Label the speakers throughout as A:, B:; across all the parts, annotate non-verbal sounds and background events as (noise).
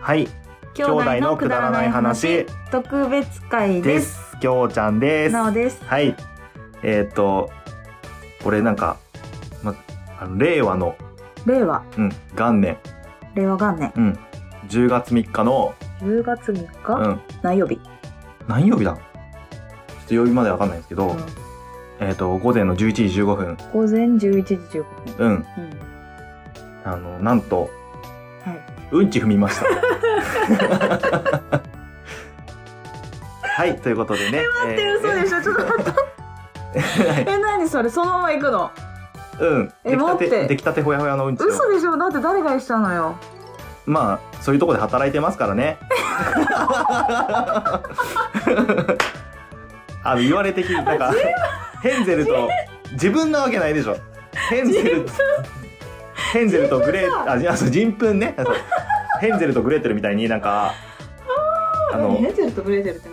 A: はい、
B: 兄弟のくだらない話特別会
A: で
B: です
A: す。きょうちゃんです。
B: なおです
A: はい。えーっと、これなんか、ま、あの令和の、
B: 令和
A: うん、元年、
B: 令和元年
A: うん、10月3日の、
B: 10月3
A: う
B: 日、
A: ん、
B: 何曜日、
A: 何曜日だちょっと曜日までわかんないんですけど、
B: うん
A: えーっと、午前の11時15分、
B: 午前11時15分
A: うん、
B: うん
A: あの、なんと、
B: はい
A: うんち踏みま
B: (laughs)
A: した。はい、ということでね。
B: 待って嘘でしょちょっと待って
A: (laughs) はい
B: (laughs) え何それそのまま行くの
A: うん。
B: え
A: 出来た
B: 待って
A: て、出来たてほやほやのうんちを。
B: 嘘でしょだって誰がしたのよ
A: まあ、そういうとこで働いてますからね。 (laughs) あの、言われてき、なんか、ヘンゼルと、自分なわけないでしょ。ヘンゼル、ヘンゼルとグレー、あ、じゃあ、そう人糞ね。そうヘンゼルとグレーテルみたいになんか、あ
B: 何
A: の、
B: ヘンゼルとグレーテルって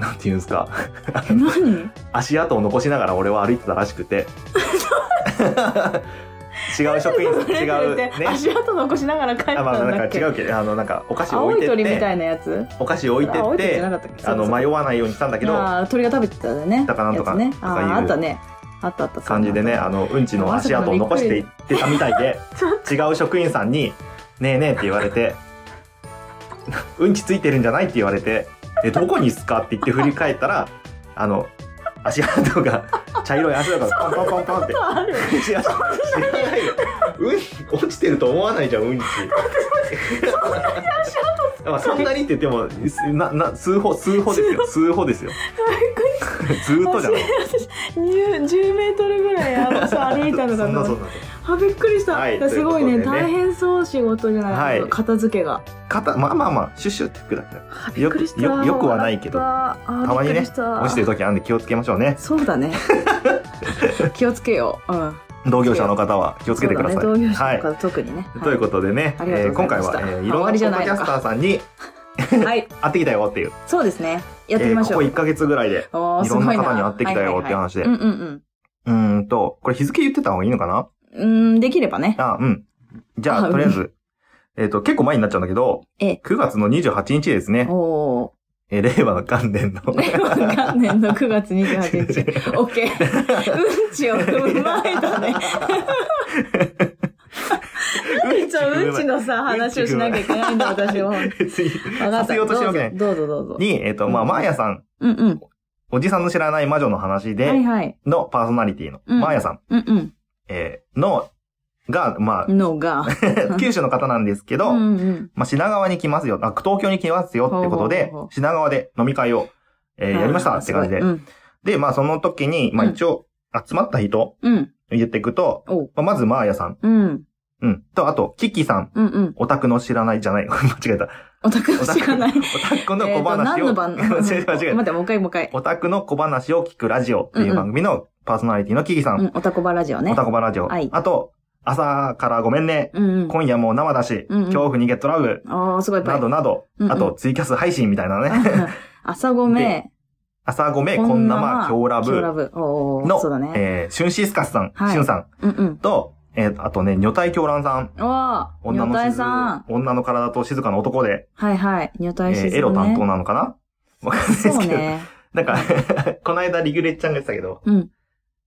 A: なんて言うんですか。
B: 何何
A: 足跡を残しながら俺は歩いてたらしくて
B: (laughs)
A: 違う職員さん
B: グレ
A: 違
B: ーテル
A: う
B: っ (laughs)
A: ね
B: て足跡残しながら帰ったん
A: あまあ
B: だ
A: な
B: っ
A: ん
B: け、
A: か違うけどあのなんかお菓子を
B: 青
A: 置い
B: い
A: てっ
B: 鳥みた
A: て
B: いなやつ
A: お菓子を置いて
B: 青
A: っ
B: い鳥じ
A: て
B: ゃなかったっけ
A: あの
B: そうそう
A: 迷わないようにしたんだけど
B: ああ鳥が食べてたんだよね
A: だからなんとか
B: やつねあ
A: とかいう
B: ああったねあったあった
A: 感じでねあのうんちの足跡を残していってたみたいで違う職員さんに「ねえねえ」って言われて「うんちついてるんじゃない?」って言われて「えどこにっすか?」って言って振り返ったらあの足跡が茶色い足跡がパンパンパンパンって
B: あある
A: 知らないよ。うん落ちてると思わないじゃんうんち。まあそんなにって言ってもなな数歩数歩ですよ数歩ですよ。 (laughs) ずーっとじゃない。
B: 10 10メートルぐらい
A: (laughs)
B: あのさ (laughs) 歩いたの
A: そ
B: か
A: んなそん
B: な
A: な。
B: あびっくりした、
A: はい
B: やすごい
A: と
B: ね
A: いうことでね
B: 大変そう仕事じゃない、
A: はい
B: 片付けが
A: 肩まあまあまあシュッシュってくだけだ。
B: あびっくりした
A: よくよよくはないけど
B: あった
A: たまに
B: びっく
A: ね
B: りした
A: 落ちてる時あんで気をつけましょうね。
B: そう
A: (laughs)
B: だね気をつけよう、うん、
A: 同業者の方は気をつけてください。
B: そうね、同業者
A: は
B: の
A: い
B: 方、。
A: (laughs)
B: 特にね
A: ということでね、
B: ありがとうご
A: 今
B: ざ
A: 回
B: いまし
A: は、
B: た
A: えー
B: あ
A: いろんなポ
B: 終わりじゃ
A: ッ
B: な
A: ド
B: い
A: キ
B: の
A: ャ
B: か
A: スターさんに
B: とはい
A: 会ってきたよっていう、
B: そうですねやってみ
A: え
B: ま
A: ー
B: し
A: こ
B: ょ
A: こ
B: う、
A: 1ヶ月ぐらいで、
B: おー
A: いろんな
B: すご
A: 方に会ってきたよって話で
B: はいはいはいうんうん
A: うーんと、これ日付言ってた方がいいのかな
B: うんうんできればね
A: あ、うん。じゃ
B: あ
A: あ、とりあえず、えっ、と、結構前になっちゃうんだけど、
B: ええ
A: 9月の28日ですね
B: お、おー
A: えー令和の元年の。
B: 令和元年の9月28日。
A: (laughs)
B: オッケー。うんちを踏まえたね。一応うんちのさ、 (laughs) 話をしなきゃいけないんだ、私も。分
A: (laughs) 別に
B: か
A: さ
B: っ
A: せ
B: た。
A: ようとしてるわけない。
B: どうぞどうぞ。
A: に、えっ、と、まあ、
B: うん
A: マーヤさん、
B: うんうん。
A: おじさんの知らない魔女の話で、
B: はいはい。
A: のパーソナリティの、
B: うん
A: マーヤさん、
B: うん
A: えーの、が、まあ
B: う、ん。のが。
A: (laughs) 九州の方なんですけど、
B: うんうん。
A: まあ、品川に来ますよ、あ、東京に来ますよってことで、
B: ほうほうほうほう
A: 品川で飲み会を、えーやりましたって感じで。
B: すごいうん。
A: で、まあ、その時に、まあ、一応、集まった人、
B: うん。
A: 言っていくと、
B: おう
A: まあまず、マーヤさん。
B: うん。
A: うん。と、あと、キキさん。
B: うんうん。
A: オタクの知らないじゃ (laughs) ない。間違えた。
B: オタクの知
A: (laughs)
B: らない。
A: オタクの
B: え
A: 小
B: ーと
A: 話
B: 何
A: を。
B: の
A: (laughs)
B: 番
A: 間違えた、間違え。
B: 待ったて、もう一回もう一回。
A: オタクの小話を聞くラジオっていう番組のパーソナリティのキキさ。
B: うんん、オタコバラジオね
A: オ。タコバラジオ
B: はい。
A: あと、朝からごめんね。
B: うんうん。
A: 今夜もう生だし、
B: うんうん
A: 恐怖にゲットラブ。
B: ああ、すごいいっぱ
A: ないど。など
B: うんう。ん
A: あと、ツイキャス配信みたいなね。
B: (laughs) 朝ごめ、
A: 朝ごめ、こんなま、
B: 今
A: 今日ラ
B: 今日ラ
A: ブ。
B: ブ。おー
A: の
B: そうだね。、
A: えー、シュンシスカスさん、シ
B: はい
A: ュンさん。
B: うんうん。
A: と、えー、あとね、女体狂乱さん。
B: わあ、
A: 女
B: 女
A: の
B: 体
A: 静
B: さん。
A: 女の体と静かな男で、
B: はいはい。女体
A: え
B: 静、
A: ー
B: ね
A: エロ担当なのかなわかんないですけど。
B: そう
A: (laughs)
B: ね。
A: なんか、この間リグレッちゃんが言ってたけど、
B: うん。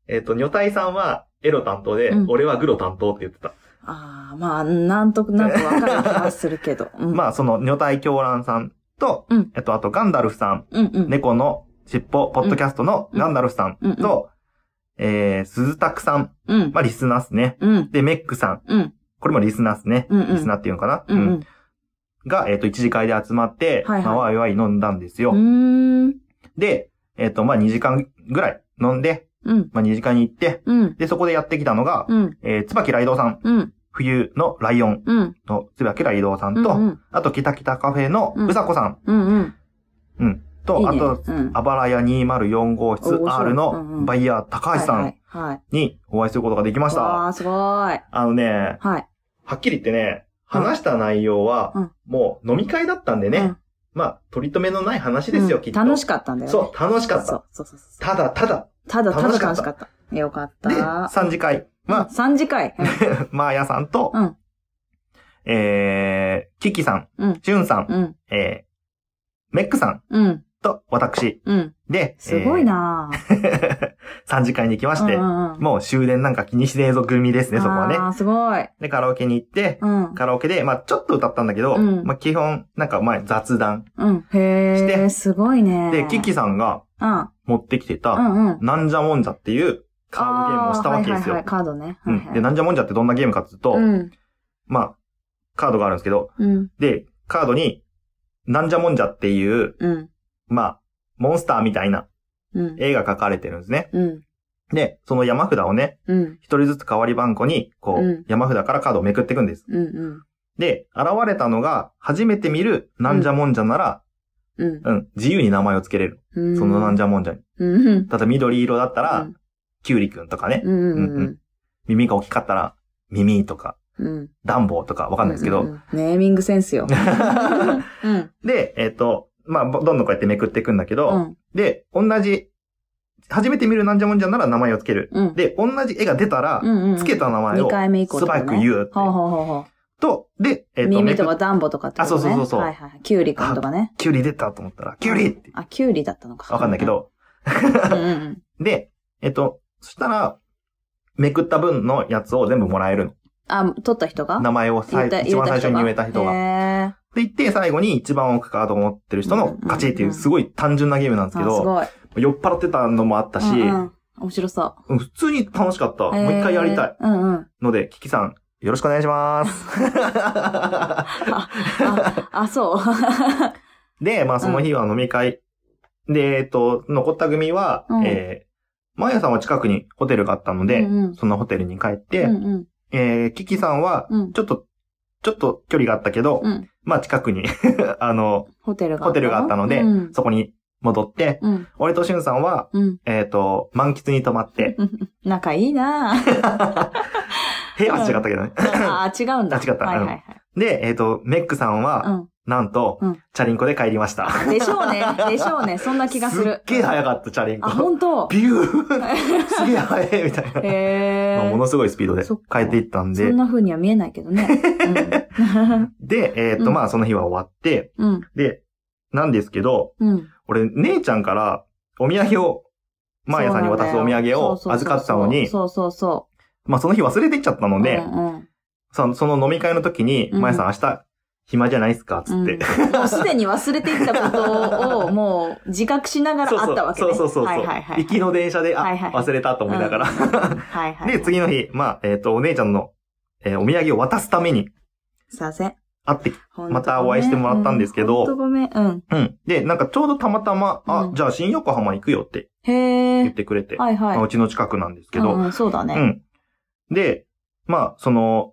A: えっ、と、女体さんはエロ担当で、
B: うん
A: 俺はグロ担当って言ってた。
B: ああ、まあ、なんとなくわかる気はする
A: (laughs)
B: けど。うん、
A: まあ、その女体狂乱さんと、
B: うん
A: えっと、あとガンダルフさん、
B: うんうん。
A: 猫の尻尾、ポッドキャストのガンダルフさん
B: うん
A: と、えー、鈴拓さん、
B: うん。
A: まあ、リスナーっすね。
B: うん。
A: で、メックさん、
B: うん。
A: これもリスナーっすね。
B: うんうん
A: リスナーっていうのかな、
B: うん。うん。
A: が、えっ、と、一次会で集まって、
B: はいはい
A: まあ、わいわい飲んだんですよ。
B: うん。
A: で、えっ、と、まあ、2時間ぐらい飲んで、
B: うん。
A: まあ、2時間に行って、
B: うん。
A: で、そこでやってきたのが、
B: うん。
A: えー、椿雷道さん、
B: うん。
A: 冬のライオン
B: うん。
A: の椿雷道さん
B: うん。
A: と、
B: うん。
A: あと、キタキタカフェの
B: うん
A: うさこさん
B: うん。
A: と、
B: いいね
A: あと、
B: うん。
A: あばらや204号室
B: お面白い
A: R
B: うんう
A: の
B: ん
A: バイヤー高橋さん
B: はいはい。はい。
A: にお会いすることができました。
B: わあ、すごい。はい。
A: あのね、
B: はい。
A: はっきり言ってね、話した内容は、
B: うん
A: もう飲み会だったんでね、まあ、取り留めのない話ですよ、
B: うん
A: きっと。
B: 楽しかったんだよね。
A: そう、楽しかった。
B: そうそうそうそう。
A: ただ、ただ。
B: ただ、ただ
A: 楽しか
B: 楽
A: っ
B: したかった。よかった。
A: で、3次会。
B: まあ、
A: ま
B: 3次会。
A: あ、マーヤさんと、
B: うん
A: えー、キキさん、
B: うん。
A: ジュンさん、
B: うん。
A: えー、メックさん
B: うん。
A: と私
B: うん。
A: で、
B: す
A: (laughs)
B: ごいなぁ。
A: 3次会に行きまして、
B: うんうんうん
A: もう終電なんか気にしねえぞ組ですね、そこはね。
B: あーすごい。
A: で、カラオケに行って、
B: うん。
A: カラオケで、まあちょっと歌ったんだけど、
B: うん
A: まあ基本、なんか前雑談。
B: うん。へ
A: して
B: え、すごいね。
A: で、キキさんが
B: うん。
A: 持ってきてた、
B: うんうん。
A: なんじゃもんじゃっていうカードゲームをしたわけです
B: あーはいはいは
A: よ
B: い。カードね。
A: う
B: はい
A: ん。
B: はい
A: で、なんじゃもんじゃってどんなゲームかっていうと、
B: うん。
A: まあ、カードがあるんですけど、
B: うん。
A: で、カードに、なんじゃもんじゃっていう、
B: うん。
A: まあ、モンスターみたいな
B: うん。
A: 絵が描かれてるんですね。
B: うん。
A: で、その山札をね、
B: うん。
A: 一人ずつ代わり番号に、こう、
B: うん
A: 山札からカードをめくっていくんです。
B: うん。うん。
A: で、現れたのが、初めて見るなんじゃもんじゃなら、
B: うん
A: うん、自由に名前を付けれる。
B: うん。
A: そのなんじ
B: ゃ。
A: ゃもんじゃに。
B: うん。うん。
A: ただ緑色だった
B: う
A: ら
B: ん、
A: キュウリくんとかね、
B: うん。うん
A: う
B: うんん。
A: 耳が大きかったら、耳とか、
B: うん。
A: ダンボとかわかんないですけ
B: うんう
A: ど。
B: んうんネーミングセン
A: (laughs)
B: スよ。うん。
A: で、えっ、と、まあ、どんどんこうやってめくっていくんだけど、
B: うん。
A: で、同じ、初めて見るなんじゃもんじゃなら名前をつける。
B: うん。
A: で、同じ絵が出たら
B: う、んうんうん、
A: つけた名前を
B: 二回目以降
A: 素早く言うって
B: ほうほうほうほ
A: と、で、えっ、
B: う。
A: と、め
B: 耳
A: く
B: とか
A: っ
B: ダンボとかってこと、ね、
A: あそうそうそうそう
B: はいはいはい。キュウリくんとかね。
A: キュウリ出たと思ったら、キュウリって、
B: あ、キュウリだったのか。
A: わかんないけ。ど、
B: うんうんうん。
A: で、えっ、と、そしたら、めくった分のやつを全部もらえる
B: あ、取った人が
A: の。名前をさい
B: 言った
A: 一番最初に言えた人が。で
B: へー
A: 言って、最後に一番多くカードを持ってる人の勝ちってい
B: うんうんう
A: う、
B: ん
A: すごい単純なゲームなんですけ
B: あす
A: ど、
B: ごい。
A: 酔っ払ってたのもあったし、
B: うんうん面白そう。
A: うん普通に楽しかった。もう
B: へー
A: 一回やりたい。。
B: うんうん。
A: ので、キキさん、よろしくお願いし
B: (laughs)
A: ます。
B: あ、あ、そう。
A: で、まあその日は飲み会。で、えっと、残った組は、
B: うん
A: えー、マヤさんは近くにホテルがあったので、
B: うんうん
A: そのホテルに帰って、
B: うんうん。
A: えー、キキさんは
B: うん、
A: ちょっと、ちょっと距離があったけど、
B: うん
A: まあ近くに、 (laughs) あの、
B: ホテルが。
A: ホテルがあったので、
B: うん。
A: そこに戻って、
B: うん。
A: 俺としゅんさんは、
B: うん。
A: えっ、と、満喫に泊まって、
B: 仲いい
A: (laughs)
B: なぁ。
A: 部屋は違ったけどね。
B: あ、違うんだ。
A: あ違った
B: はいはいはい。
A: で、えっ、と、メックさんは、
B: うん。
A: なんと、
B: うん
A: チャリンコで帰りました。
B: でしょうね。でしょうね。そんな気がす
A: すっ
B: る。
A: げえ早かった、チャリン
B: あ、
A: コ。
B: 本
A: (laughs)
B: 当。
A: ビューすげえ早いみたい
B: (laughs)
A: な。
B: へ
A: まあ、も
B: ー
A: のすごいスピードで
B: そっか
A: 変えていったん
B: そ
A: で
B: ん、な風には見えないけ
A: (laughs)
B: どね。
A: で、えっ、と、
B: うん
A: まあ、その日は終わって、
B: うん。うん。
A: で、なんですけど、
B: うん。
A: 俺、姉ちゃんから、お土産を、マーヤさんに渡すお土産を
B: そうなんだ
A: 預
B: よ
A: かってたのに、
B: そうそうそ
A: まあ、その日忘れていっちゃったの
B: う。
A: で、
B: うんうん
A: そのその飲み会の時に、
B: うん
A: マヤさん明日、暇じゃないっすかつって。
B: うんもうすでに忘れていたことを、もう自覚しながらあったわけ
A: そ
B: ね。
A: うそうそうそう。
B: は
A: 行
B: いはいはい。
A: きの電車で、あ、
B: はいはい
A: 忘れたと思いながら。
B: はいはい。
A: (laughs) で、次の日、まあ、えっ、と、お姉ちゃんの、えーお土産を渡すために
B: すいません。
A: 会ってき、
B: ほんと
A: またお会いしてもらったんですけど
B: ごめんほんとごめん。うん。
A: うん。で、なんかちょうどたまたま、あ、
B: うん
A: じゃあ新横浜行くよって
B: へ
A: 言っ
B: え。
A: てくれて、
B: はいはい
A: まあ、う。ちの近くなんですけど、
B: うんうん、そうだ
A: うん、
B: ね。
A: で、まあ、その、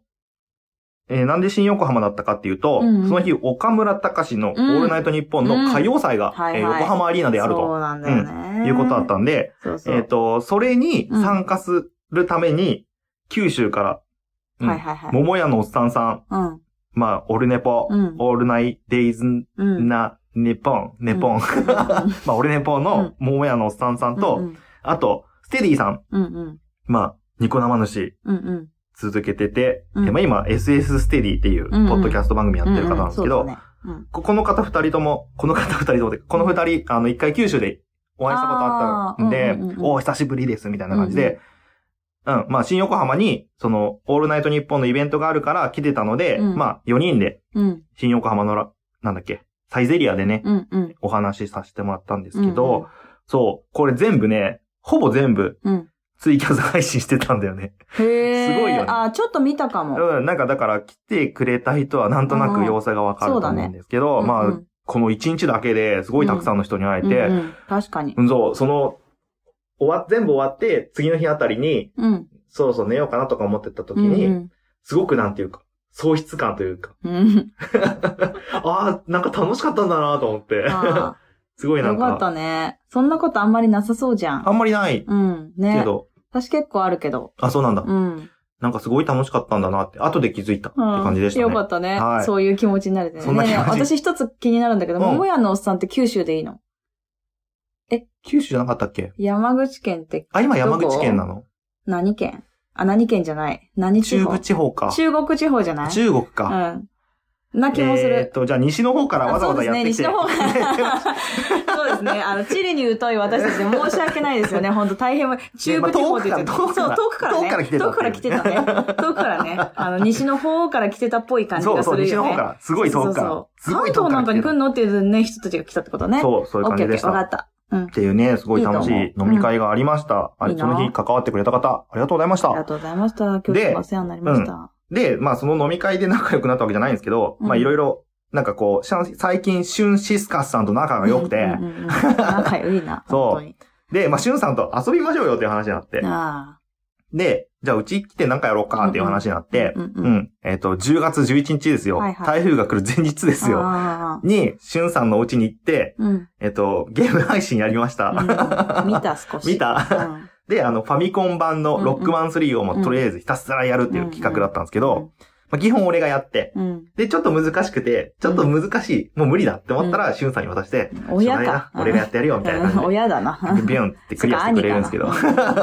A: えーなんで新横浜だったかっていうと、
B: うんうん
A: その日、岡村隆史のオ
B: うん
A: ールナイトニッポンの歌謡祭が、
B: うんはいはい
A: えー横浜アリーナである
B: そ
A: と
B: うなんだよね。
A: いうことだったんで、
B: そうそ
A: えっ、
B: う。
A: と、それに参加するために、九州から、うん
B: はいはいはい。
A: 桃屋のおっさんさん、
B: うん。
A: まあ、オルネポ、
B: うん
A: オールナイデイズ
B: うん。
A: な、ネポン、ネポン。 (laughs) まあ、俺ネポンの、桃屋のおっさんさん (laughs) と、
B: うん
A: あと、ステディさん。
B: うんうん
A: まあ、ニコ生主
B: うんうん
A: 続けてて、
B: うん
A: でまあ今、SS ステディっていう、ポ
B: んうん
A: ッドキャスト番組やってる方なんです
B: そ
A: け
B: う
A: ど、
B: だねうん
A: ここの方二人とも、この方二人ともで、この二人、あの、一回九州でお会いしたことあったんで、
B: あーうんうんうん
A: おー久しぶりです、みたいな感じで、うん、まあ、新横浜に、その、オールナイトニッポンのイベントがあるから来てたので、
B: うん
A: まあ、4人で、
B: うん
A: 新横浜のら、なんだっけ、サイゼリアでね、
B: うんうん。
A: お話しさせてもらったんですけど、
B: うんうん
A: そう、これ全部ね、ほぼ全部
B: うん。
A: ツイキャス配信してたんだよね。
B: へえ。
A: すごいよね
B: あ、ちょっと見たかも。
A: うん、なんかだから来てくれた人はなんとなく様子がわかると思うんですけど、まあ、
B: うんうん
A: この一日だけですごいたくさんの人に会えて、う
B: うんんうん確かに。
A: そう、その、終わ、全部終わって、次の日あたりに、
B: うん。
A: そろそろ寝ようかなとか思ってた時
B: うん
A: に、
B: うん
A: すごくなんていうか、喪失感というか、
B: うん。
A: ああ、なんか楽しかったんだなと思って、
B: あ
A: (laughs) すご
B: ー
A: いな
B: よ
A: ん
B: かっ
A: か、
B: たね。そんなことあんまりなさそうじゃ
A: あ
B: ん。
A: んまりない
B: うん。
A: け
B: ね。
A: ど、
B: 私結構あるけど。
A: あ、そうなんだ。
B: うん。
A: なんかすごい楽しかったんだなって、後で気づいたって感じでしたね。
B: よかったね
A: は。い
B: そういう気持ちになれてね。
A: そんな気持ち
B: ねえ私一つ気になるんだけど、
A: うん
B: 桃屋のおっさんって九州でいいの
A: 九州じゃなかったっけ
B: 山口県って
A: あ、今山口県なの
B: 何県あ、何県じゃない。何地
A: 中
B: 方
A: 部地方か。
B: 中国地方じゃない
A: 中国か。
B: うん。な気もす
A: えーっ
B: る。
A: と、じゃあ西の方からわざわざやってきて。
B: あそうですね西の方
A: (laughs)
B: からそうですね。あの、地理に疎い私たちで申し訳ないです
A: (laughs)
B: よね。本当大変、中部地方って言っち
A: ね
B: ゃっ
A: ま
B: た。
A: あ
B: そ
A: 遠
B: う、
A: く
B: 遠
A: か
B: くかららね。
A: 遠くから来てた
B: 遠くから来てたね。遠くからね。あの、西の方から来てたっぽい感じ
A: そう
B: がす
A: そう、
B: る
A: 西の
B: よ
A: 方
B: ね
A: か。ら。すごい遠くから。
B: そう
A: すご
B: そう
A: い
B: そ
A: 遠
B: う。関東
A: く
B: な
A: から
B: んか
A: 来て
B: に
A: た
B: 来んのっていうね、人たちが来たってことね。う。
A: そう、そういう
B: オッ
A: 感
B: ケ
A: じで
B: ーオッケ
A: し
B: ー、わか
A: た。っ
B: った。うん。
A: ていうね、すごい楽しい
B: いいと
A: 飲
B: 思う
A: み会がありました。あ
B: いいな
A: その日関わってくれた方、ありがとうございまし
B: ありが
A: た。
B: とうございました。今日
A: で
B: お世話になりました。
A: で、まあその飲み会で仲良くなったわけじゃないんですけど、
B: うん
A: まあいろいろ、なんかこう、シャン最近、シュンシスカスさんと仲が良くて、
B: うんうんうんうん仲良い
A: (laughs)
B: な。
A: そう
B: 本
A: で、まあシュンさんと遊びましょうよっていう話になって
B: 当に。、なあ。
A: で、じゃあうち来てなんかやろうかっていう話になって、
B: うん
A: う
B: うんん
A: えっ、と、10月11日ですよ、
B: はいはい
A: 台風が来る前日ですよ。
B: ああ
A: に、シュンさんのお家に行って、
B: うん。うん
A: えっ、と、ゲーム配信やりました。
B: 見た少し。
A: 見た
B: うん
A: (laughs) で、あの、ファミコン版の
B: うんうん
A: ロックマン3をも
B: う
A: うんとりあえずひたすらやるっていう企画だったんですけど、まあ、基本俺がやって、
B: うん。
A: で、ちょっと難しくて、ちょっと難しい、もう無理だって思ったら、しゅんさんに渡して、
B: うん親
A: しょうがない
B: か
A: な。俺がやってやるよ、みたいな
B: うん
A: 感
B: 親だな。
A: (laughs) じで、ビュンってクリアしてくれるんですけど
B: そ。
A: (laughs)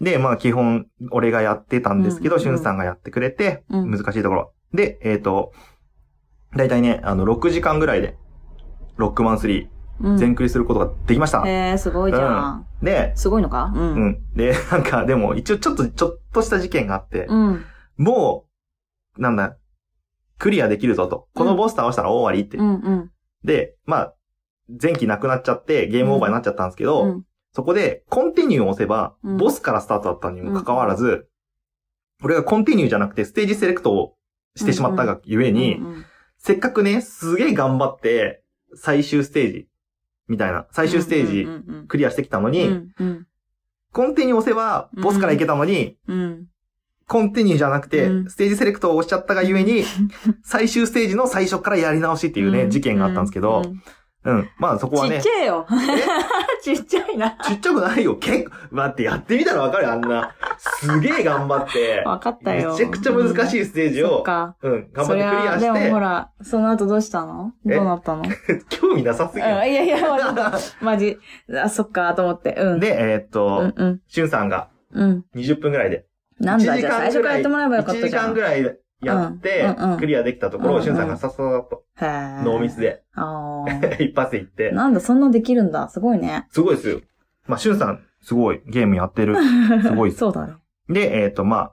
A: で、まあ基本、俺がやってたんですけど、
B: うん
A: しゅんさんがやってくれて、
B: うん
A: 難しいところ。で、えっ、と、だいたいね、あの、6時間ぐらいで、ロックマン3、
B: うん
A: 全クリすることができました。
B: えー、すごいじゃん。
A: で、
B: すごいのかう。
A: うんん。で、なんか、でも、一応ちょっと、ちょっとした事件があって、
B: うん。
A: もう、なんだ、クリアできるぞと。このボス倒したら終わりって
B: うん。うん。
A: で、まあ、前期なくなっちゃって、ゲームオーバーになっちゃったんですけど、
B: うん
A: そこで、コンティニューを押せば、
B: うん
A: ボスからスタートだったにもかかわらず、俺がコンティニューじゃなくて、ステージセレクトをしてしまったがゆえに、
B: うん
A: せっかくね、すげえ頑張って、最終ステージ、みたいな、最終ステージ、
B: うん
A: クリアしてきたの
B: う
A: に、
B: んうん
A: コンティニュー押せば、ボスから行けたのに、
B: うん。
A: コンティニューじゃなくて、
B: うん
A: ステージセレクトを押しちゃったがゆえ
B: (laughs)
A: に、最終ステージの最初からやり直しっていうね、事件があったんですけど、
B: うん
A: うん、まあそこは
B: ち
A: ね
B: っち、ゃい
A: (laughs)
B: よ。ちっちゃいな。
A: ちっちゃくないよ。結構、待って、やってみたらわかるよあんな。すげえ頑張って。
B: わかった
A: め
B: よ。
A: ちゃくちゃ難し
B: い
A: いステージ
B: そっ
A: を、
B: か。
A: うん、頑張
B: そり
A: っ
B: ゃ、
A: て
B: で
A: クリ
B: もほ
A: ア
B: ら、その後どうしたの
A: え
B: どうなったの
A: して、興味なさすぎ
B: うん
A: る。
B: いやいや、マジ、マジ、あ、そっか、と思って。うん。
A: で、えーっ
B: う
A: と
B: ん、うん、
A: しゅんさんが
B: うん。
A: 20分ぐらいで。
B: なんだ、じゃあ最
A: 1時間ぐ
B: 初からやってもらえばよかっ
A: 1
B: た
A: 時
B: じゃ
A: 間
B: ん。
A: ぐらいやって
B: うんうんうん、
A: クリアできたところ
B: うんう
A: を、
B: ん
A: しゅんさんがさっさっと、
B: へー
A: ノーミス。で、
B: ああ。
A: (laughs) 一発で行って。
B: なんだ、そんなできるんだ。すごいね。
A: すごいですよ。まあ、しゅんさん、すごい、ゲームや
B: (laughs)
A: ってる。すごいです。
B: そうだね。
A: で、えーっと、まあ、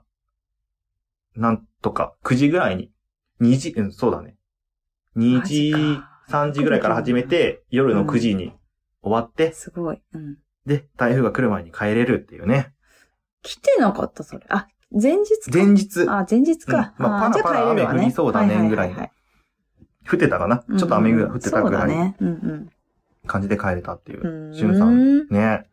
A: なんとか、9時ぐらいに、2時、うん、そうだね。2時
B: マジ、
A: 3時ぐらいから始めて、夜の
B: うん
A: 9時に終わって、
B: すごい。うん。
A: で、台風が来る前に帰れるっていうね。
B: 来てなかった、それ。あ、前日か。
A: 前日、
B: あ、前日か。
A: うんまあ
B: ー
A: パラパラ
B: じゃあ帰れるわね
A: 雨降りそうだね
B: はいはい
A: ぐらい
B: はは
A: 降ってたかな、
B: うん
A: ちょっと雨が降ってたぐら
B: そうだ
A: い
B: ね。うん
A: 感じで帰れたってい
B: うん。
A: う。
B: う
A: しゅんさん。
B: ーん。
A: ね。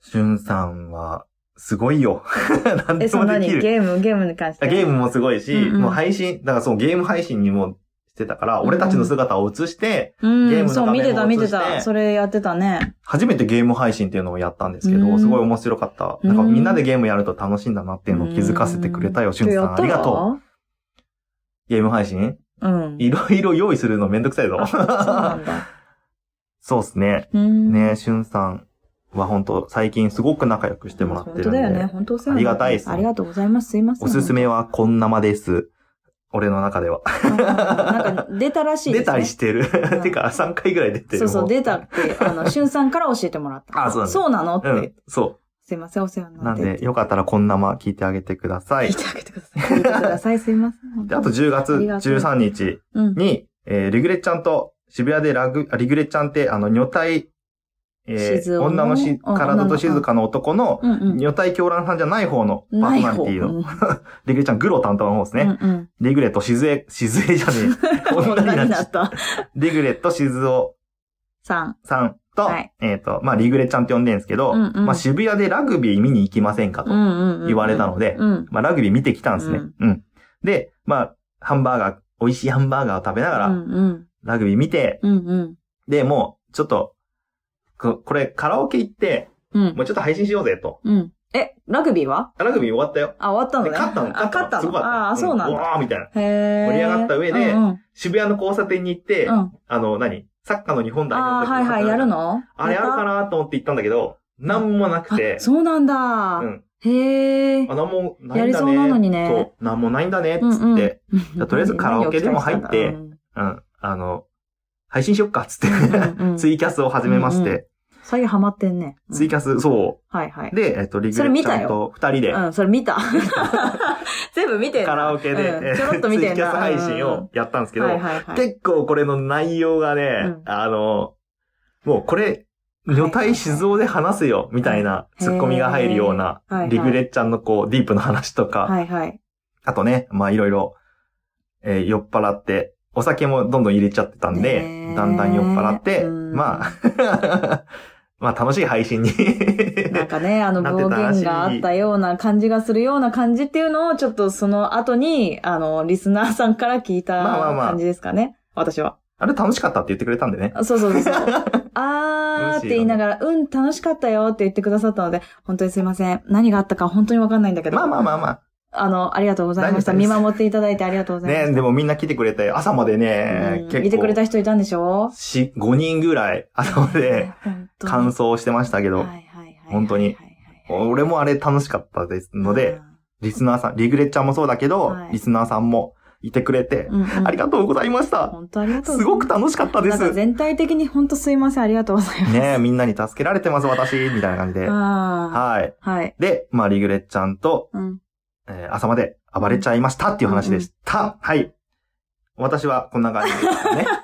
A: しゅんさんは、すごいよ。 (laughs) 何
B: え、
A: で
B: そ
A: も
B: んな
A: で
B: に
A: きる。
B: ゲーム、ゲームに関して。
A: ゲームもすごいし、
B: うんうん
A: もう配信、だからそうゲーム配信にもしてたから、俺たちの姿を映して、
B: うん、
A: ゲームの
B: そう、
A: 画面
B: 見てた、
A: を映
B: 見て
A: して
B: た。それやってたね。
A: 初めてゲーム配信っていうのをやったんですけ
B: う
A: ど、
B: ん
A: すごい面白かった。なんか
B: うん
A: みんなでゲームやると楽しいんだなっていうのを気づかせてくれたよ、しゅんさん。ありがとう。ゲーム配信
B: う。うん。
A: いろいろ用意するのめんどくさいぞ
B: あ。そうなんだ。
A: (laughs) そうですね。
B: うん。
A: ねしゅんさんは本当最近すごく仲良くしてもらって
B: 本
A: る
B: 当
A: んで。
B: だよね。本当お世話になって
A: ありがたいです
B: ありがとうございます。すいません。
A: おすすめはこんなまです。俺の中では。
B: うん。なんか出たらしいです、ね。
A: 出たりしてる。
B: ん
A: (laughs) てか、3回ぐらい出てる。
B: そうそう、
A: も
B: 出たって、あの、しゅんさんから教えてもらっ
A: (laughs)
B: た。
A: あそうなんだ
B: なのって、
A: うん、そ
B: すいません、お世話に
A: う。な
B: なっ
A: ん
B: て。
A: で、よかったらこんなま聞いてあげてください
B: 聞い。てあげてください。聞いてください。すいません。
A: (laughs) であと10月
B: ありがとう
A: 13日
B: うん。
A: に、えーリグレッちゃんと、渋谷でラグ、あリグレッちゃんって、あの、女体、えー、
B: 静岡の
A: 女のし
B: うん
A: 体と静かの男の、
B: うんうん。
A: 女体狂乱さんじゃない方のパー
B: ない
A: ソナリ
B: 方。
A: ティ
B: う
A: の、
B: ん
A: リグレちゃん、グロ担当の方です
B: う
A: ね。
B: ん
A: リグレと静江、 (laughs) 静江じゃね
B: (laughs)
A: え。
B: うん。
A: 女になっちゃ
B: だ
A: っ
B: ったた。
A: リグレと静江
B: さん。
A: さんと、
B: はい
A: えっ、と、まあ、リグレちゃんって呼んでるんですけど、
B: うんうん
A: まあ、渋谷でラグビー見に行きませんかと、
B: うんうんうん。
A: 言われたので、
B: うん。
A: まあ、ラグビー見てきたんですね、
B: うん
A: うん。で、まあ、ハンバーガー、美味しいハンバーガーを食べながら、
B: うんうん。
A: ラグビー見て、
B: うんうん。
A: で、もう、ちょっと、ここれ、カラオケ行って、
B: うん
A: もうちょっと配信しようぜ、と。
B: うん。え、ラグビーは
A: ラグビー終わったよ。
B: あ、終わったの
A: で
B: ね。
A: 勝ったの
B: あ、
A: 勝
B: 勝
A: っ
B: ったた
A: のすごかっ
B: の。
A: たよ。
B: ああ、そうなん
A: う
B: だ。
A: わーみたいな。
B: へえ。
A: 盛り上がった上で
B: うんうん。
A: 渋谷の交差点に行って、
B: うん
A: あの、何サッカーの日本代
B: ああ、
A: 表
B: はいはい、やる
A: の時
B: の
A: あれあるかなと思って行ったんだけど、なんもなくて
B: あ、そうなんだ。
A: うん。
B: へえ。
A: あ、なんもな
B: や
A: いん
B: り
A: だ
B: そうなのにね
A: ね。そう、なんもないんだね、っつって。
B: うんうん
A: じゃあとりあえずカラオケでも入って
B: 何を期待したんだ
A: うん。あの、配信しよっかっつって、
B: うんうん
A: ツイキャスを始めまして、
B: うん最近ハマってんね。うん
A: ツイキャス、そ。。
B: はいはいう
A: で、えっと、リグ
B: それ
A: レ
B: 見
A: ち
B: た
A: ゃん
B: よ
A: と二人で、
B: うん、それ見た。 (laughs) 全部見てんだ
A: カラオケで、
B: うん
A: え
B: ちょろっ
A: ツ
B: と見
A: イキ
B: て
A: ャ
B: ん
A: ス
B: だ。
A: 配信をやったんですけど、
B: うんはいはいはい。
A: 結構これの内容がね、
B: うん
A: あの、もうこれ、女体静雄で話せよ、みたいな
B: うん
A: ツッコミが入るような
B: へーはいは、い
A: リグレッちゃんのこう、ディープの話とか、
B: はいはい。
A: あとね、まあいろいろ、えー酔っ払って、お酒もどんどん入れちゃってたんで、
B: ねえ
A: だんだん酔っ払って、
B: うん
A: まあ、 (laughs) まあ楽しい配
B: (laughs)
A: 信に
B: なんかね、あの
A: なってた
B: 暴
A: らしい
B: 言があったような感じがするような感じっていうのを、ちょっとその後に、あの、リスナーさんから聞いた
A: まあまあまあ
B: 感じですかね。私は。
A: あれ楽しかったって言ってくれたんでね。
B: あそうそうそう。 (laughs) あーって言いながら、うん、楽しかったよって言ってくださったので、本当にすいません。何があったか本当にわかんないんだけど。
A: まあまあまあま
B: あの、ありがとうございました。
A: 大丈夫で
B: 見
A: す
B: 守っていただいてありがとうご
A: あ。
B: ざいま
A: ね、
B: し
A: でもみんな来てくれて、朝まで
B: た。
A: ね、
B: うん
A: 結構。
B: 見てくれた人いたんでしょ
A: し、5人ぐらい、朝まで、
B: 本当に
A: 感想してましたけど、
B: はいはいはいはい
A: 本当に
B: はいはいはい
A: 俺もあれ楽しかったですので、、リスナーさん、リグレッちゃんもそうだけど
B: は、い
A: リスナーさんもいてくれて、あり
B: が
A: がとうございました。
B: 本当ありがとう
A: すごく
B: 楽
A: 楽しかったです。
B: 全体的に本当すいません、ありがとうございます。
A: ねえ、みんなに助けられてます、私、みたいな感じで。
B: (laughs) あ
A: はい。
B: あ、はい。
A: で、まあ、リグレッちゃんと、
B: うん。
A: えー朝まで暴れちゃいましたっていう話でした。はい。私はこんな感じですかね。
B: (laughs)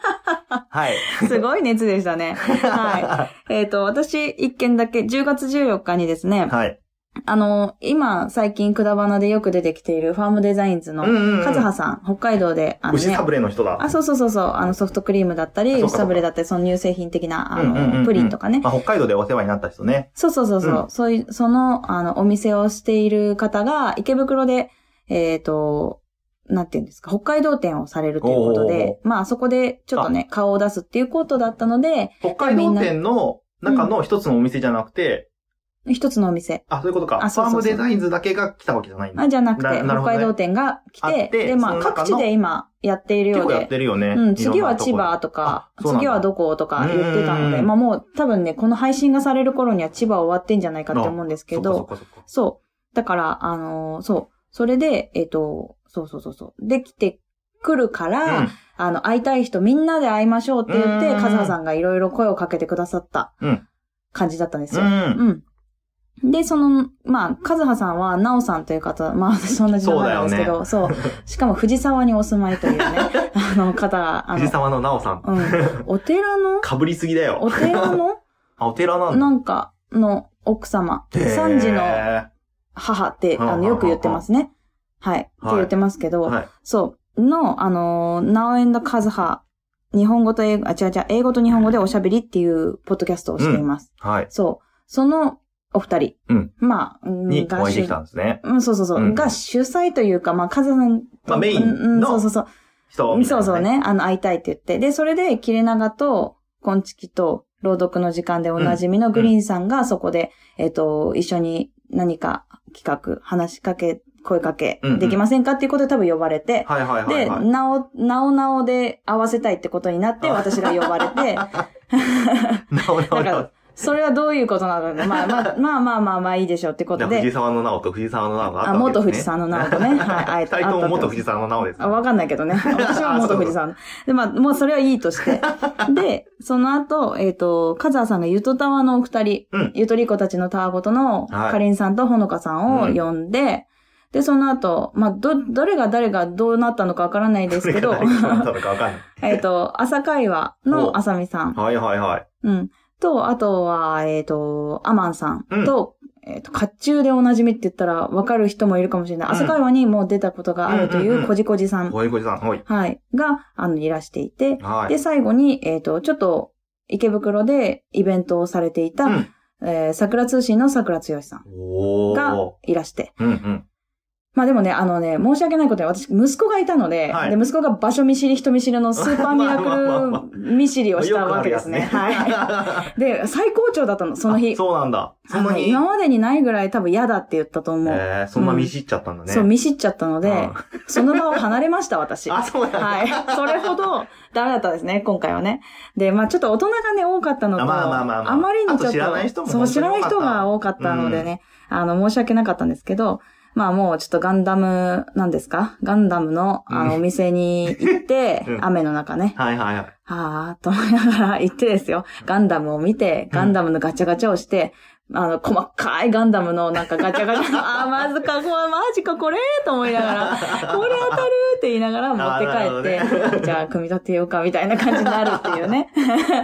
A: はい。
B: すごい熱でしたね。はえっと、私、一件だけ、10月14日にですね、
A: (laughs) はい。
B: あの、今、最近、くだばなでよく出てきているファームデザインズの、
A: うんうんうん
B: カズハさん、北海道で、あの
A: 牛
B: ね
A: サ、ブレの人だ。
B: あ、そうそうそうそう、あの、ソフトクリームだった
A: あ
B: り、
A: そうかそうか
B: 牛サブレだったり、その乳製品的な、あ
A: うんうんうんうん
B: の、プリンとかね、
A: まあ、北海道でお世話になった人ね。
B: そうそうそうそう、
A: う
B: そういう、その、あの、お店をしている方が、池袋で、えっ、と、なんていうんですか、北海道店をされるということ
A: おーおー
B: で、まあ、そこでちょっとね、顔を出すっていうことだったので、
A: 北海道店の中の一つのお店じゃなくて、
B: 一つのお店。
A: あ、そういうことか。
B: あそうそうそう
A: ファームデザインズだけが来たわけじゃないんだ。
B: あじゃなく
A: なな
B: て、
A: る
B: 北
A: ほどね
B: 海道店が来、
A: あってて
B: で、
A: そ
B: まあ、
A: の中の
B: 各地で今やっている
A: 結
B: よう
A: 構やっ
B: で、
A: てるよね。
B: うん、次は千葉
A: と
B: とか
A: あ、そうなんだ
B: 次はどことか言ってた
A: うんう
B: の
A: んう
B: で、
A: ん
B: まあもう多分ね、この配信がされる頃には千葉終わってんじゃないかって思うんですけど、
A: そっかそっかそっか
B: そう。だから、あのーそう。それで、えっ、と、そうそうそうそう。できてくるから、あの、会いたい人みんなで会いましょうって言って、
A: うん
B: カズハさんがいろいろ声をかけてくださった
A: うん
B: 感じだったんです
A: う
B: よ。
A: ん。うん。
B: うん。で、その、まあ、カズハさんは、ナオさんという方、まあ、私と同じ名前なんですけど、そう,、しかも、藤沢にお住まい
A: (laughs)
B: というね、あの方、あ
A: 藤
B: の、
A: 沢の奈緒さん。
B: うん。お寺の
A: かぶりすぎだよ。
B: お寺の
A: あ、お寺なんだ。
B: なんか、の奥様、
A: へー
B: 三時の母って、あ
A: はあはあ
B: の、
A: はあ
B: よく言ってますね。はい。って
A: はい
B: 言ってますけど、
A: はい。
B: そう、の、あのー、ナオエンドカズハ、日本語と英語、あ、違う違う、英語と日本語でおしゃべりっていうポッドキャストをしています。
A: はい。
B: そう。その、お二人。
A: うん
B: まあ、うん
A: にお
B: が
A: 会いして
B: 主
A: きたんですね。
B: うん、そうそうそう。
A: うん
B: が主催というか、まあ、カズハさんと。
A: まあメインの
B: うんうん、そうそうそう。
A: 人みたい
B: そう
A: な
B: そう。ね。あの、会いたいって言って。で、それで、切れ長と、コンチキと、朗読の時間でおなじみのグリーンさんが、そこで、えっ、と、一緒に何か企画、話しかけ、声かけ
A: うんう、ん
B: できませんかっていうことで多分呼ばれて、
A: はいはいはい
B: で、
A: はい。
B: なお、なおなおで会わせたいってことになって、
A: あ
B: 私が呼ばれ
A: (laughs)
B: て、
A: なおなお
B: だか
A: な
B: ら、それはどういうことなのか、まあま
A: (laughs)
B: あ、まあまあまあまあいいでしょうってこ
A: お。じゃ
B: と
A: あ藤
B: で、
A: 沢の奈緒と藤沢の奈緒があっ
B: あ、
A: たわけで
B: 元
A: すね。
B: 富士山のなお
A: (laughs)
B: とね、はい、会えた。
A: 二人とも元富
B: 士
A: 士山の奈緒です。
B: あ、わかんないけ
A: (laughs)
B: どね。私は元富士山。で、まあ、もうそれはいいとして。 (laughs) で、その後、えっ、と、カズアさんがゆとたわのお二人、
A: うん
B: ゆとり子たちのたわごとの、
A: はい
B: かりんさんとほのかさんを呼んで、で、その後、まあ、ど、誰が誰がどうなったのかわからないですけど
A: そ、れが何だったのかわかんない。
B: (laughs) えっと、朝会話のあさみさん。
A: はいはいはい。
B: うん。と、あとは、えっ、と、アマンさんと、えっ、と、甲冑でおなじみって言ったら分かる人もいるかもしれない。
A: うん
B: 朝会話にもう出たことがあると
A: うんうん
B: いううんこじこじさん。
A: ほいこじさん、ほい。
B: はい。が、あの、いらしていて。
A: はい
B: で、。最後に、えっ、と、ちょっと、池袋でイベントをされていた、
A: うん
B: えー、桜通信の桜つよしさん
A: お
B: が
A: ー。
B: いらして。
A: うんうん。
B: まあでもね、あのね、申し訳ないことに私、息子がいたので、
A: はい
B: で、息子が場所見知り、人見知り
A: (laughs)
B: のスーパーミラ
A: まあまあまあま
B: クル見知りをし
A: よ
B: た
A: く
B: わ
A: ある
B: けで
A: や
B: す
A: つ
B: ね。
A: ね。
B: は
A: (laughs)
B: い。で、最高潮だったの、その日
A: あ。そうなんだ。そんな
B: はい
A: に。
B: 今までにないぐらい多分嫌だって言ったと思う。
A: えー、そんな見知っちゃったんだね。
B: そう、見知っちゃったので、
A: う
B: (laughs) その場を離れました、私。
A: んあ、そうなんだ。
B: はい。 (laughs) それほどダメだったですね、今回はね。で、まあちょっと大人がね、多かったのと、
A: あまあまあまあまあ
B: あまりにちょっと、
A: あと知らない人も
B: そう、
A: 本
B: 知
A: 当に
B: ら
A: 多かっ
B: ない
A: た
B: 人が多かったのでね、あの、申し訳なかったんですけど、まあもうちょっとガンダム、なんですかガンダムの、あ
A: う
B: の、お
A: ん
B: 店に行って、
A: (laughs) うん
B: 雨の中ね、
A: はいはいはい。
B: はあーと思いながら行ってですよ、ガンダムを見て、ガンダムのガチャガチャをして、あの、細かいガンダムのなんかガチャガチ
A: (laughs)
B: ャの、あー、まずか、こマジか、これと思いながら、これ当たるって言いながら持って
A: あーなる
B: 帰
A: ほ
B: って、じゃあ組み立てようかみたいな感じになるっていうね。 (laughs)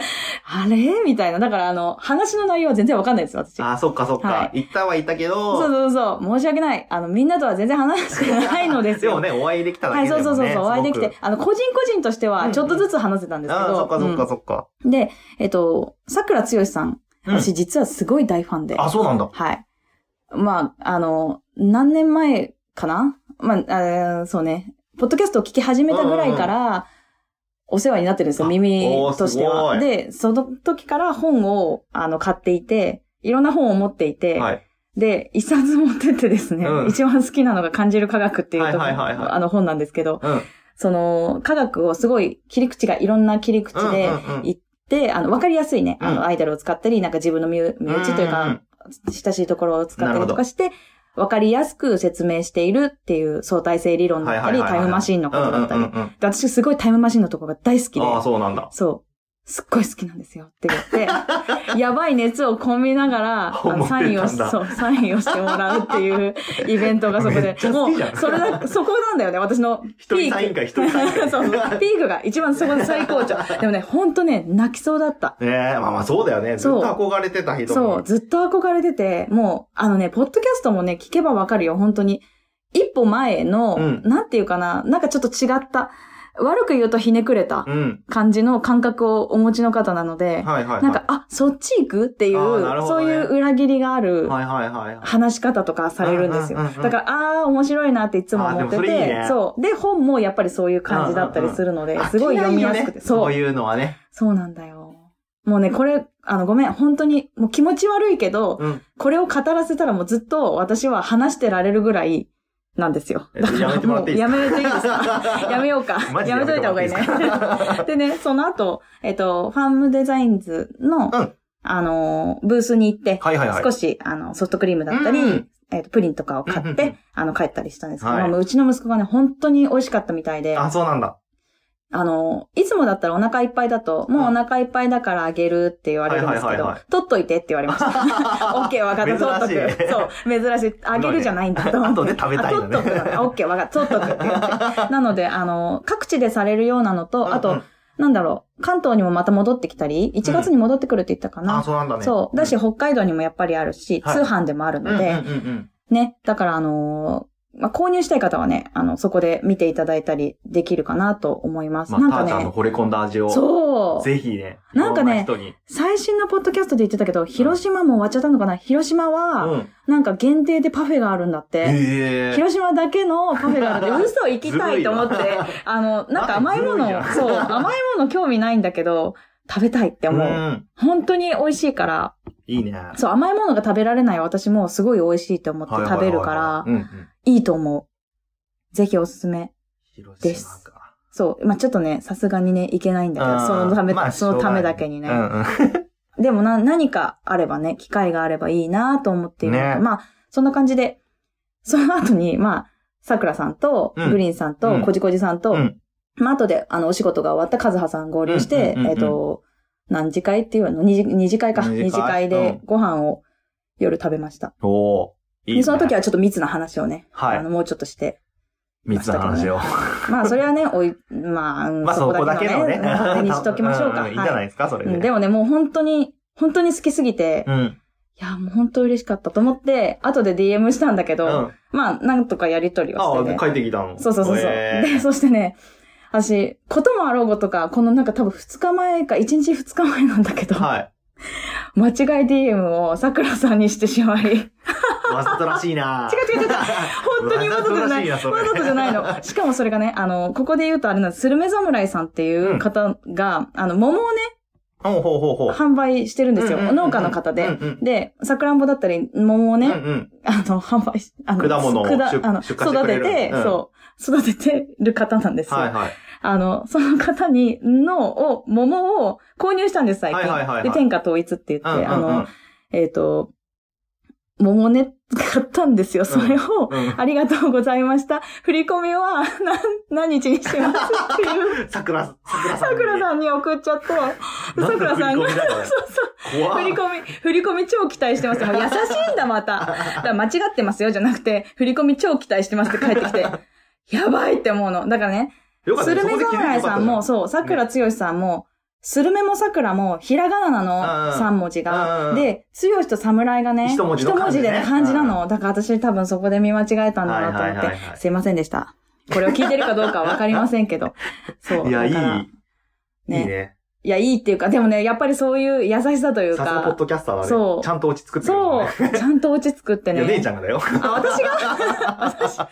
B: あれみたいな。だからあの、話の内容は全然わかんないです、私。そう
A: あ、そっかそっ
B: は
A: か。行ったは行ったけど、
B: そうそう、申し訳ない。あの、みんなとは全然話してないのです
A: で (laughs)
B: よ。
A: もね、お会いできただ
B: は
A: け
B: い、
A: でも
B: そう
A: ね。
B: そうそうそう、お会いでき
A: す
B: て、あの、個人個人として
A: うん
B: は、
A: うん
B: ちょっとずつ話せたんで
A: ご
B: す
A: く。
B: けど。
A: あー、そっかそっ
B: うん
A: かそっか。
B: で、えっと、桜つよしさん。
A: うん
B: 私実はすごい大ファンで。
A: あ、そうなんだ。
B: はい。まあ、あの、何年前かなまああー、そうね。ポッドキャストを聞き始めたぐらいから、お世話になってるんですよ、
A: あ
B: 耳
A: おー
B: としては。
A: すごい
B: で、その時から本を、あの、買っていて、いろんな本を持っていて、
A: はい。
B: で、一冊持ってってですね、
A: うん
B: 一番好きなのが感じる科学っていうとこ
A: はいはいはいはい
B: あの本なんですけど、
A: うん。
B: その、科学をすごい切り口がいろんな切り口で、
A: うんうんうん
B: いで、あの、わかりやすいね。あ
A: うん
B: の、アイドルを使ったり、なんか自分の身身内という
A: うんうんう
B: か
A: ん、
B: 親しいところを使ったりとかして、わかりやすく説明しているっていう相対性理論だったり、タイムマシンのことだった
A: う
B: り。
A: んうんうんうん
B: で私すごいタイムマシンのところが大好きで、
A: ああ、そうなんだ。
B: そう、すっごい好きなんですよって言って、
A: (laughs)
B: やばい熱を込みながら、あ
A: 思
B: の
A: ってた
B: サ
A: んだ
B: インをし、そう、サインをしてもらうっていうイベントがそこ
A: め
B: で
A: っち、ゃ
B: も
A: 好
B: う
A: きじゃん、
B: それだ、そこなんだよね、私のピ
A: 一人
B: ー
A: サイン
B: ク。
A: 会、一人サイン
B: (laughs) そ
A: 会。
B: うそう、ピークが一番そこで最高
A: (laughs)
B: 潮。でもね、ほんとね、泣きそうだった。
A: ねえ、まあまあそうだよね。ずっ
B: そう
A: と憧れてた人
B: そ
A: も
B: う、。ずっと憧れてて、もう、あのね、ポッドキャストもね、聞けばわかるよ、本当に。一歩前の、
A: うん
B: なんていうかな、なんかちょっと違った、悪く言うとひねくれた
A: うん。
B: 感じの感覚をお持ちの方なの
A: は
B: で、
A: いはいはい。
B: なんか、あ、そっち行くっていう、
A: あーなるほ
B: そ
A: ど
B: う
A: ね
B: いう裏切りがある
A: はいはいはいはい。
B: 話し方とかされるんですよ。
A: うんうんうんうん
B: だから、ああー、面白いなっていつも思って
A: あーでも
B: て
A: それいいね
B: そう。で、本もやっぱりそういう感じだったりするので、すごい読みや
A: 飽きない
B: すくて、
A: よねそ
B: そう
A: う。いうのはね。
B: そうなんだよ。もうね、これ、あの、ごめん、本当に、もう気持ち悪いけど、
A: うん。
B: これを語らせたらもうずっと私は話してられるぐらいなんですよ。
A: えっとやめてもらっていいですか
B: もうやめていいで
A: (laughs)
B: すか (laughs) やめようか。
A: マジ
B: や
A: で
B: めといた方がいいね
A: やめてもらっていいです。 (laughs)
B: でね、その後、えっと、ファームデザインズの、
A: うん
B: あの、ブースに行って、
A: はいはいはい
B: (laughs) 少し、あの、ソフトクリームだったり、
A: うん
B: えっと、プリンとかを買
A: う
B: っ
A: んうんう
B: て
A: ん、
B: あの、帰ったりしたんですけど、
A: はい
B: まあうちの息子がね、本当に美味しかったみたいで、
A: あ、そうなんだ。
B: あの、いつもだったらお腹いっぱいだと、もうお腹いっぱいだからあげるって言われるんです
A: は
B: け
A: いはい
B: ど
A: はいはい、
B: 取っといてって言われま
A: (laughs)
B: した。オッケーわかった、取
A: 珍
B: っ
A: し
B: と
A: い
B: く。そう、珍しい。あげるじゃないんだと
A: (laughs)
B: 思って。
A: 後で食べたいのね
B: あ取っとくオッケーわかった、取っとくって
A: (laughs)
B: 言って。なので、あの、各地でされるようなのと、あ
A: うんう
B: と
A: ん、
B: なんだろう、関東にもまた戻ってきたり、1月に戻ってくるって言ったか
A: あ、
B: な。
A: そうなんだね。
B: そう。だし、北海道にもやっぱりあるし、
A: はい
B: 通販でもある
A: うん、う
B: の
A: んうんう
B: で、
A: ん
B: ね。だから、あのーまあ、購入したい方はね、あの、そこで見ていただいたりできるかなと思います。
A: ま
B: なん
A: あ、た
B: か
A: ーちゃんの
B: ね、
A: 惚れ込んだ味を。
B: そう。
A: ぜひね。
B: なんかね
A: いろな人に。
B: 最新のポッドキャストで言ってたけど、広島も終わっちゃったのかな広島は、
A: うん。
B: なんか限定でパフェがあるんだって。
A: ええ。
B: 広島だけのパフェがある
A: (laughs)
B: んで、嘘行きたいと思っ
A: ずる
B: て
A: いな、
B: あの、なんか甘いもの
A: なん、かずる
B: そう、
A: いじゃん
B: 甘いもの興味ないんだけど、食べたいって思う。
A: ん。
B: 本当に美味しいから、
A: いいね。
B: そう、甘いものが食べられない私もすごい美味しいって思って
A: はいはいはい
B: 食べるから
A: う、んうん。
B: いいと思う。ぜひおすすめ。
A: 広
B: で
A: 島
B: す
A: か。
B: そう。まあ、ちょっとね、さすがにね、いけないんだけ
A: う
B: ど、
A: ん
B: そのため、
A: まあ
B: そのためだけにね。
A: うんうん。
B: でもな、何かあればね、機会があればいいなと思っているので、
A: ね
B: まあ、そんな感じで、その後に、まあ、桜さんと、
A: うん
B: グリーンさん
A: う
B: と、
A: ん
B: こじこじさんと、
A: うん
B: まあ、後で、あの、お仕事が終わったカズハさん合流し
A: うんうん
B: て、
A: うんうん
B: えっ、と、何次会っていうの二次二次会か。
A: 二次会
B: 二次会で
A: う
B: ご飯を夜食べました。
A: おおいい
B: で
A: ね。
B: その時はちょっと密な話をね、
A: はい
B: あの、もうちょっとして、
A: 三つの話を。
B: まあ、それはね、おい、まあ、うん
A: まあそこだけのね。
B: 勝手にしときましょうか。
A: んんいいんじゃない
B: い
A: ですか、それ
B: う
A: で。
B: んでもね、もう本当に、本当に好きすぎて、
A: うん。うん。
B: いや、もう本当嬉しかったと思って、後で DM したんだけど、
A: あ
B: まあ、なんとかやりとりを
A: あ
B: して、ね。
A: 帰ってきたの。
B: そうそうそうそう。
A: へ
B: で、
A: え
B: そしてね、私、こともあろうごとか、このなんか多分2日前か、1日2日前なんだけど、
A: はい。
B: 間違い DM を桜さんにして
A: (laughs)
B: しまい、違う
A: わざとらしいな
B: 違う違う違う、本当にわざとじゃない。
A: わざと
B: わ
A: らしいなそ
B: ざ
A: れ
B: とじゃないの。しかもそれがね、あの、ここで言うとあれなんです。スルメ侍さんっていう方が、あの、桃をね、
A: ほうほうほうほう。
B: 販売してるんですよ。
A: うんうんうんうん
B: 農家の方
A: うん
B: で。
A: うん
B: で、桜んぼだったり、桃をね、
A: うんうん
B: あの、販売し、あの、
A: 果物を
B: くだ
A: 出
B: あの
A: 出荷して
B: 育
A: くれ
B: て
A: る
B: て、
A: うん
B: そう、育ててる方なんですよ。
A: はいはい。
B: あの、その方に、のを、桃を購入したんです、最近。
A: はいはいはいはい
B: で、天下統一って言っ
A: う
B: て、
A: んうんうん
B: あの、えっ、と、桃ね、買ったんですよ。それを、
A: うん
B: ありがとうございました。振り込みは、 (laughs) 何、何日にし
A: (laughs)
B: ますっていう、
A: 桜、桜さんに。
B: 桜さんに送っちゃって、で
A: なん
B: 桜
A: だ
B: さんが、
A: 振り込みだこれ
B: そうそう。
A: 怖
B: 振り
A: い。
B: 込み、振り込み超期待してますよ。もう優しいんだ、また。だから間違ってますよ、じゃなくて、振り込み超期待してますって帰って
A: (laughs)
B: きて、やばいって思うの。だからね、
A: (laughs) よかった
B: ス
A: ね
B: ル
A: そ
B: メ
A: こで気づいて
B: 侍
A: よか
B: さ
A: った
B: ん
A: ね
B: も、そう、桜つよしさんも、スルメも桜も、ひらがな
A: うん
B: な
A: う
B: の、
A: ん
B: 三文字
A: うんう
B: が。
A: ん
B: で、つよしと侍がね、
A: 一文字の漢字ね
B: 一文でね漢字なの。だから私多分そこで見間違えたんだなと思
A: はい
B: っ
A: はいはいは
B: て、
A: い
B: すいませんでした。これを聞いてるかどうかはわかりませんけ
A: (laughs)
B: ど。そう。
A: いや、いい
B: だから。
A: いい
B: ね。
A: ね。
B: いや、いいっていうか、でもね、やっぱりそういう優しさという
A: さすがポッ
B: か、
A: ドキャスターだ
B: そ
A: ね。
B: う
A: ちゃんと落ち着くってこと
B: そ
A: ね。
B: う、ちゃんとオチ作って
A: (laughs) い
B: ね。
A: や、姉ちゃんがだよ。
B: あ、私が私、違う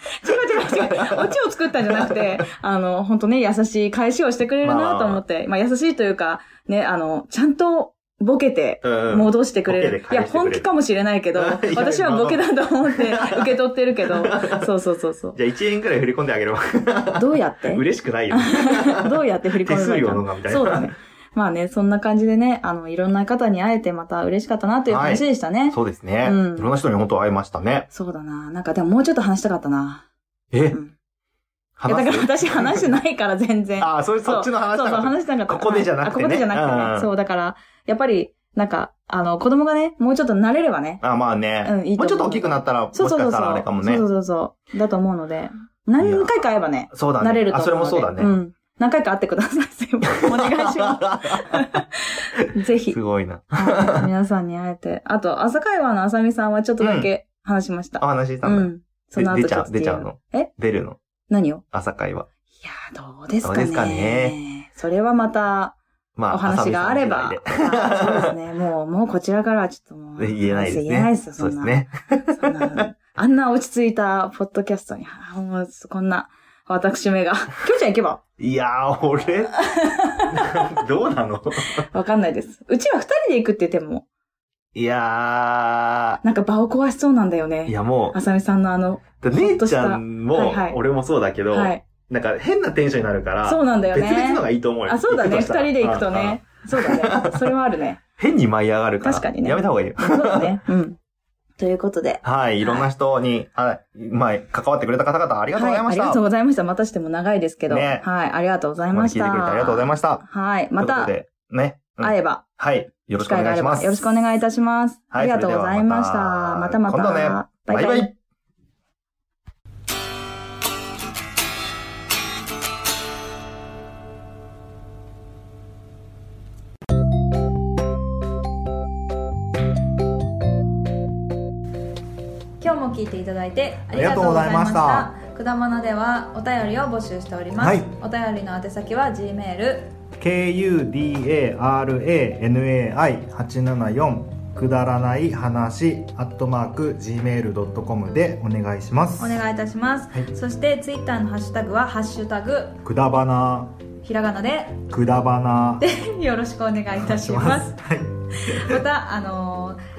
B: 違う違う。オチを作ったんじゃなくて、あの、本当ね、優しい返しをしてくれるなと思って、まあ、優しいというか、ね、あの、ちゃんとボケて、
A: うん
B: 戻してくれる。
A: ボケで
B: いや、
A: 返してくれる
B: 本気かもしれないけど、
A: (laughs) いやいや
B: 私はボケだと思って受け取ってるけど、そうそうそうそう。
A: じゃあ1円くらい振り込んであげれば。
B: どうやって
A: 嬉しくないよ。
B: どうや (laughs) って振り込
A: 手
B: めば
A: 数
B: いい
A: 料
B: か
A: の
B: な
A: がみたいな。
B: そうだね。まあね、そんな感じでね、あの、いろんな方に会えてまた嬉しかったなという話でしたね。
A: そうですね。
B: うん
A: いろんな人に本当会いましたね。
B: そうだな。なんかでももうちょっと話したかったな。
A: え
B: うんいや、だか
A: 話
B: ら
A: す
B: 私話してないから全然。
A: ああ、それ
B: そう
A: そっちの話だ
B: そうそう、話してなかった。
A: ここでじゃなくてね
B: あここでじゃなくて
A: うんう
B: ね
A: ん。
B: そう、だから、やっぱり、なんか、あの、子供がね、もうちょっと慣れればね。
A: ああ、まあね。
B: うんいいと思う
A: もうちょっと大きくなったら、もし
B: そ
A: か
B: うそうそう
A: し
B: そ
A: たらあれ
B: う。
A: かも
B: そ
A: ね
B: う。そうそう。だと思うので。何回か会えばね、
A: そうだね。
B: 慣れると
A: あ、
B: 思
A: そうれ
B: の
A: も
B: で。
A: そうだね。
B: ん。何回か会ってください。
A: (laughs)
B: すいませんお願いします。ぜ
A: (laughs)
B: ひ
A: す。ごいな。
B: はい皆さんに会えて。あと、朝会話のあさみさんはちょっとだけ話しました。
A: あ、話し
B: う
A: た
B: ん。
A: んだ。
B: その後
A: で出ちゃう
B: ちょっと
A: 出ちゃうの。
B: え
A: 出るの。
B: 何を
A: 朝会は。
B: いやー、どうですかね。
A: どうですかね
B: それはまた、
A: まあ、
B: お話があれば。
A: 朝
B: あそうですね。もう、 (laughs) もうこちらからはちょっともう。
A: 飯の時代で言えないですね。
B: 言えないですよ、
A: そ
B: そう
A: で
B: ん
A: す
B: な。
A: ね。
B: そんなあんな落ち着いたポッドキャストに、あーもうこんな、
A: (laughs)
B: 私めが。きょうちゃん行けば
A: いやー、俺、
B: (laughs)
A: どうなの
B: わかんないです。うちは二人で行くって言っても、
A: いや
B: なんか場を壊しそうなんだよ
A: ー、い
B: ね。
A: やも
B: あさみさんのあの、
A: う、
B: ほっ
A: 姉
B: とし
A: ち
B: た
A: ゃんも
B: はいはい、
A: 俺もそうだけど、
B: はい。
A: なんか変なテンションになるから、
B: そうなんだよ
A: 別々の
B: ね。
A: がいいと思うよ。
B: あ、そうだね。
A: 行
B: 二
A: くとしたら
B: 人で行くと。
A: うんうん
B: ね。そうだね。それはあるね。
A: 変に舞い上がるから。
B: 確かにね
A: やめた方がいいよ。
B: そうだね。うん。ということで。
A: はい、いろんな人に、はい、まあ、関わってくれた方々ありがとうございました。
B: はい、ありがとうございました。またしても長いですけど。
A: ね
B: はい、ありがとうござい
A: ここまで
B: ま
A: 聞
B: し
A: いて
B: た。
A: くれてありがとうございました。
B: はい、ま
A: と
B: た
A: いうことで、ね。うん
B: 会えば、
A: はい、よろし
B: 機
A: くお
B: 会が
A: 願い
B: あれ
A: し
B: ば
A: ます。
B: よろしくお願いいたします。
A: はい
B: ありがとうございました。ま
A: そ
B: た
A: れでは
B: ま
A: また今度ね
B: た。バイバ
A: バイバ
B: イ
A: イ。
B: 今日も聞いていただいてあ
A: りがとうございました
B: りがとうございました。くだまなではお便りを募集しております。
A: はい
B: お便りの宛先は G メール
A: kudaranai874 くだらない話アットマーク gmail.com でお願いします
B: お願いいたします。
A: はい
B: そしてツイッターのハッシュタグはハッシュタグ
A: くだばな
B: ひらがなで (laughs)
A: くだばな
B: よろしくお願いいたします。
A: (laughs) はい
B: またあのー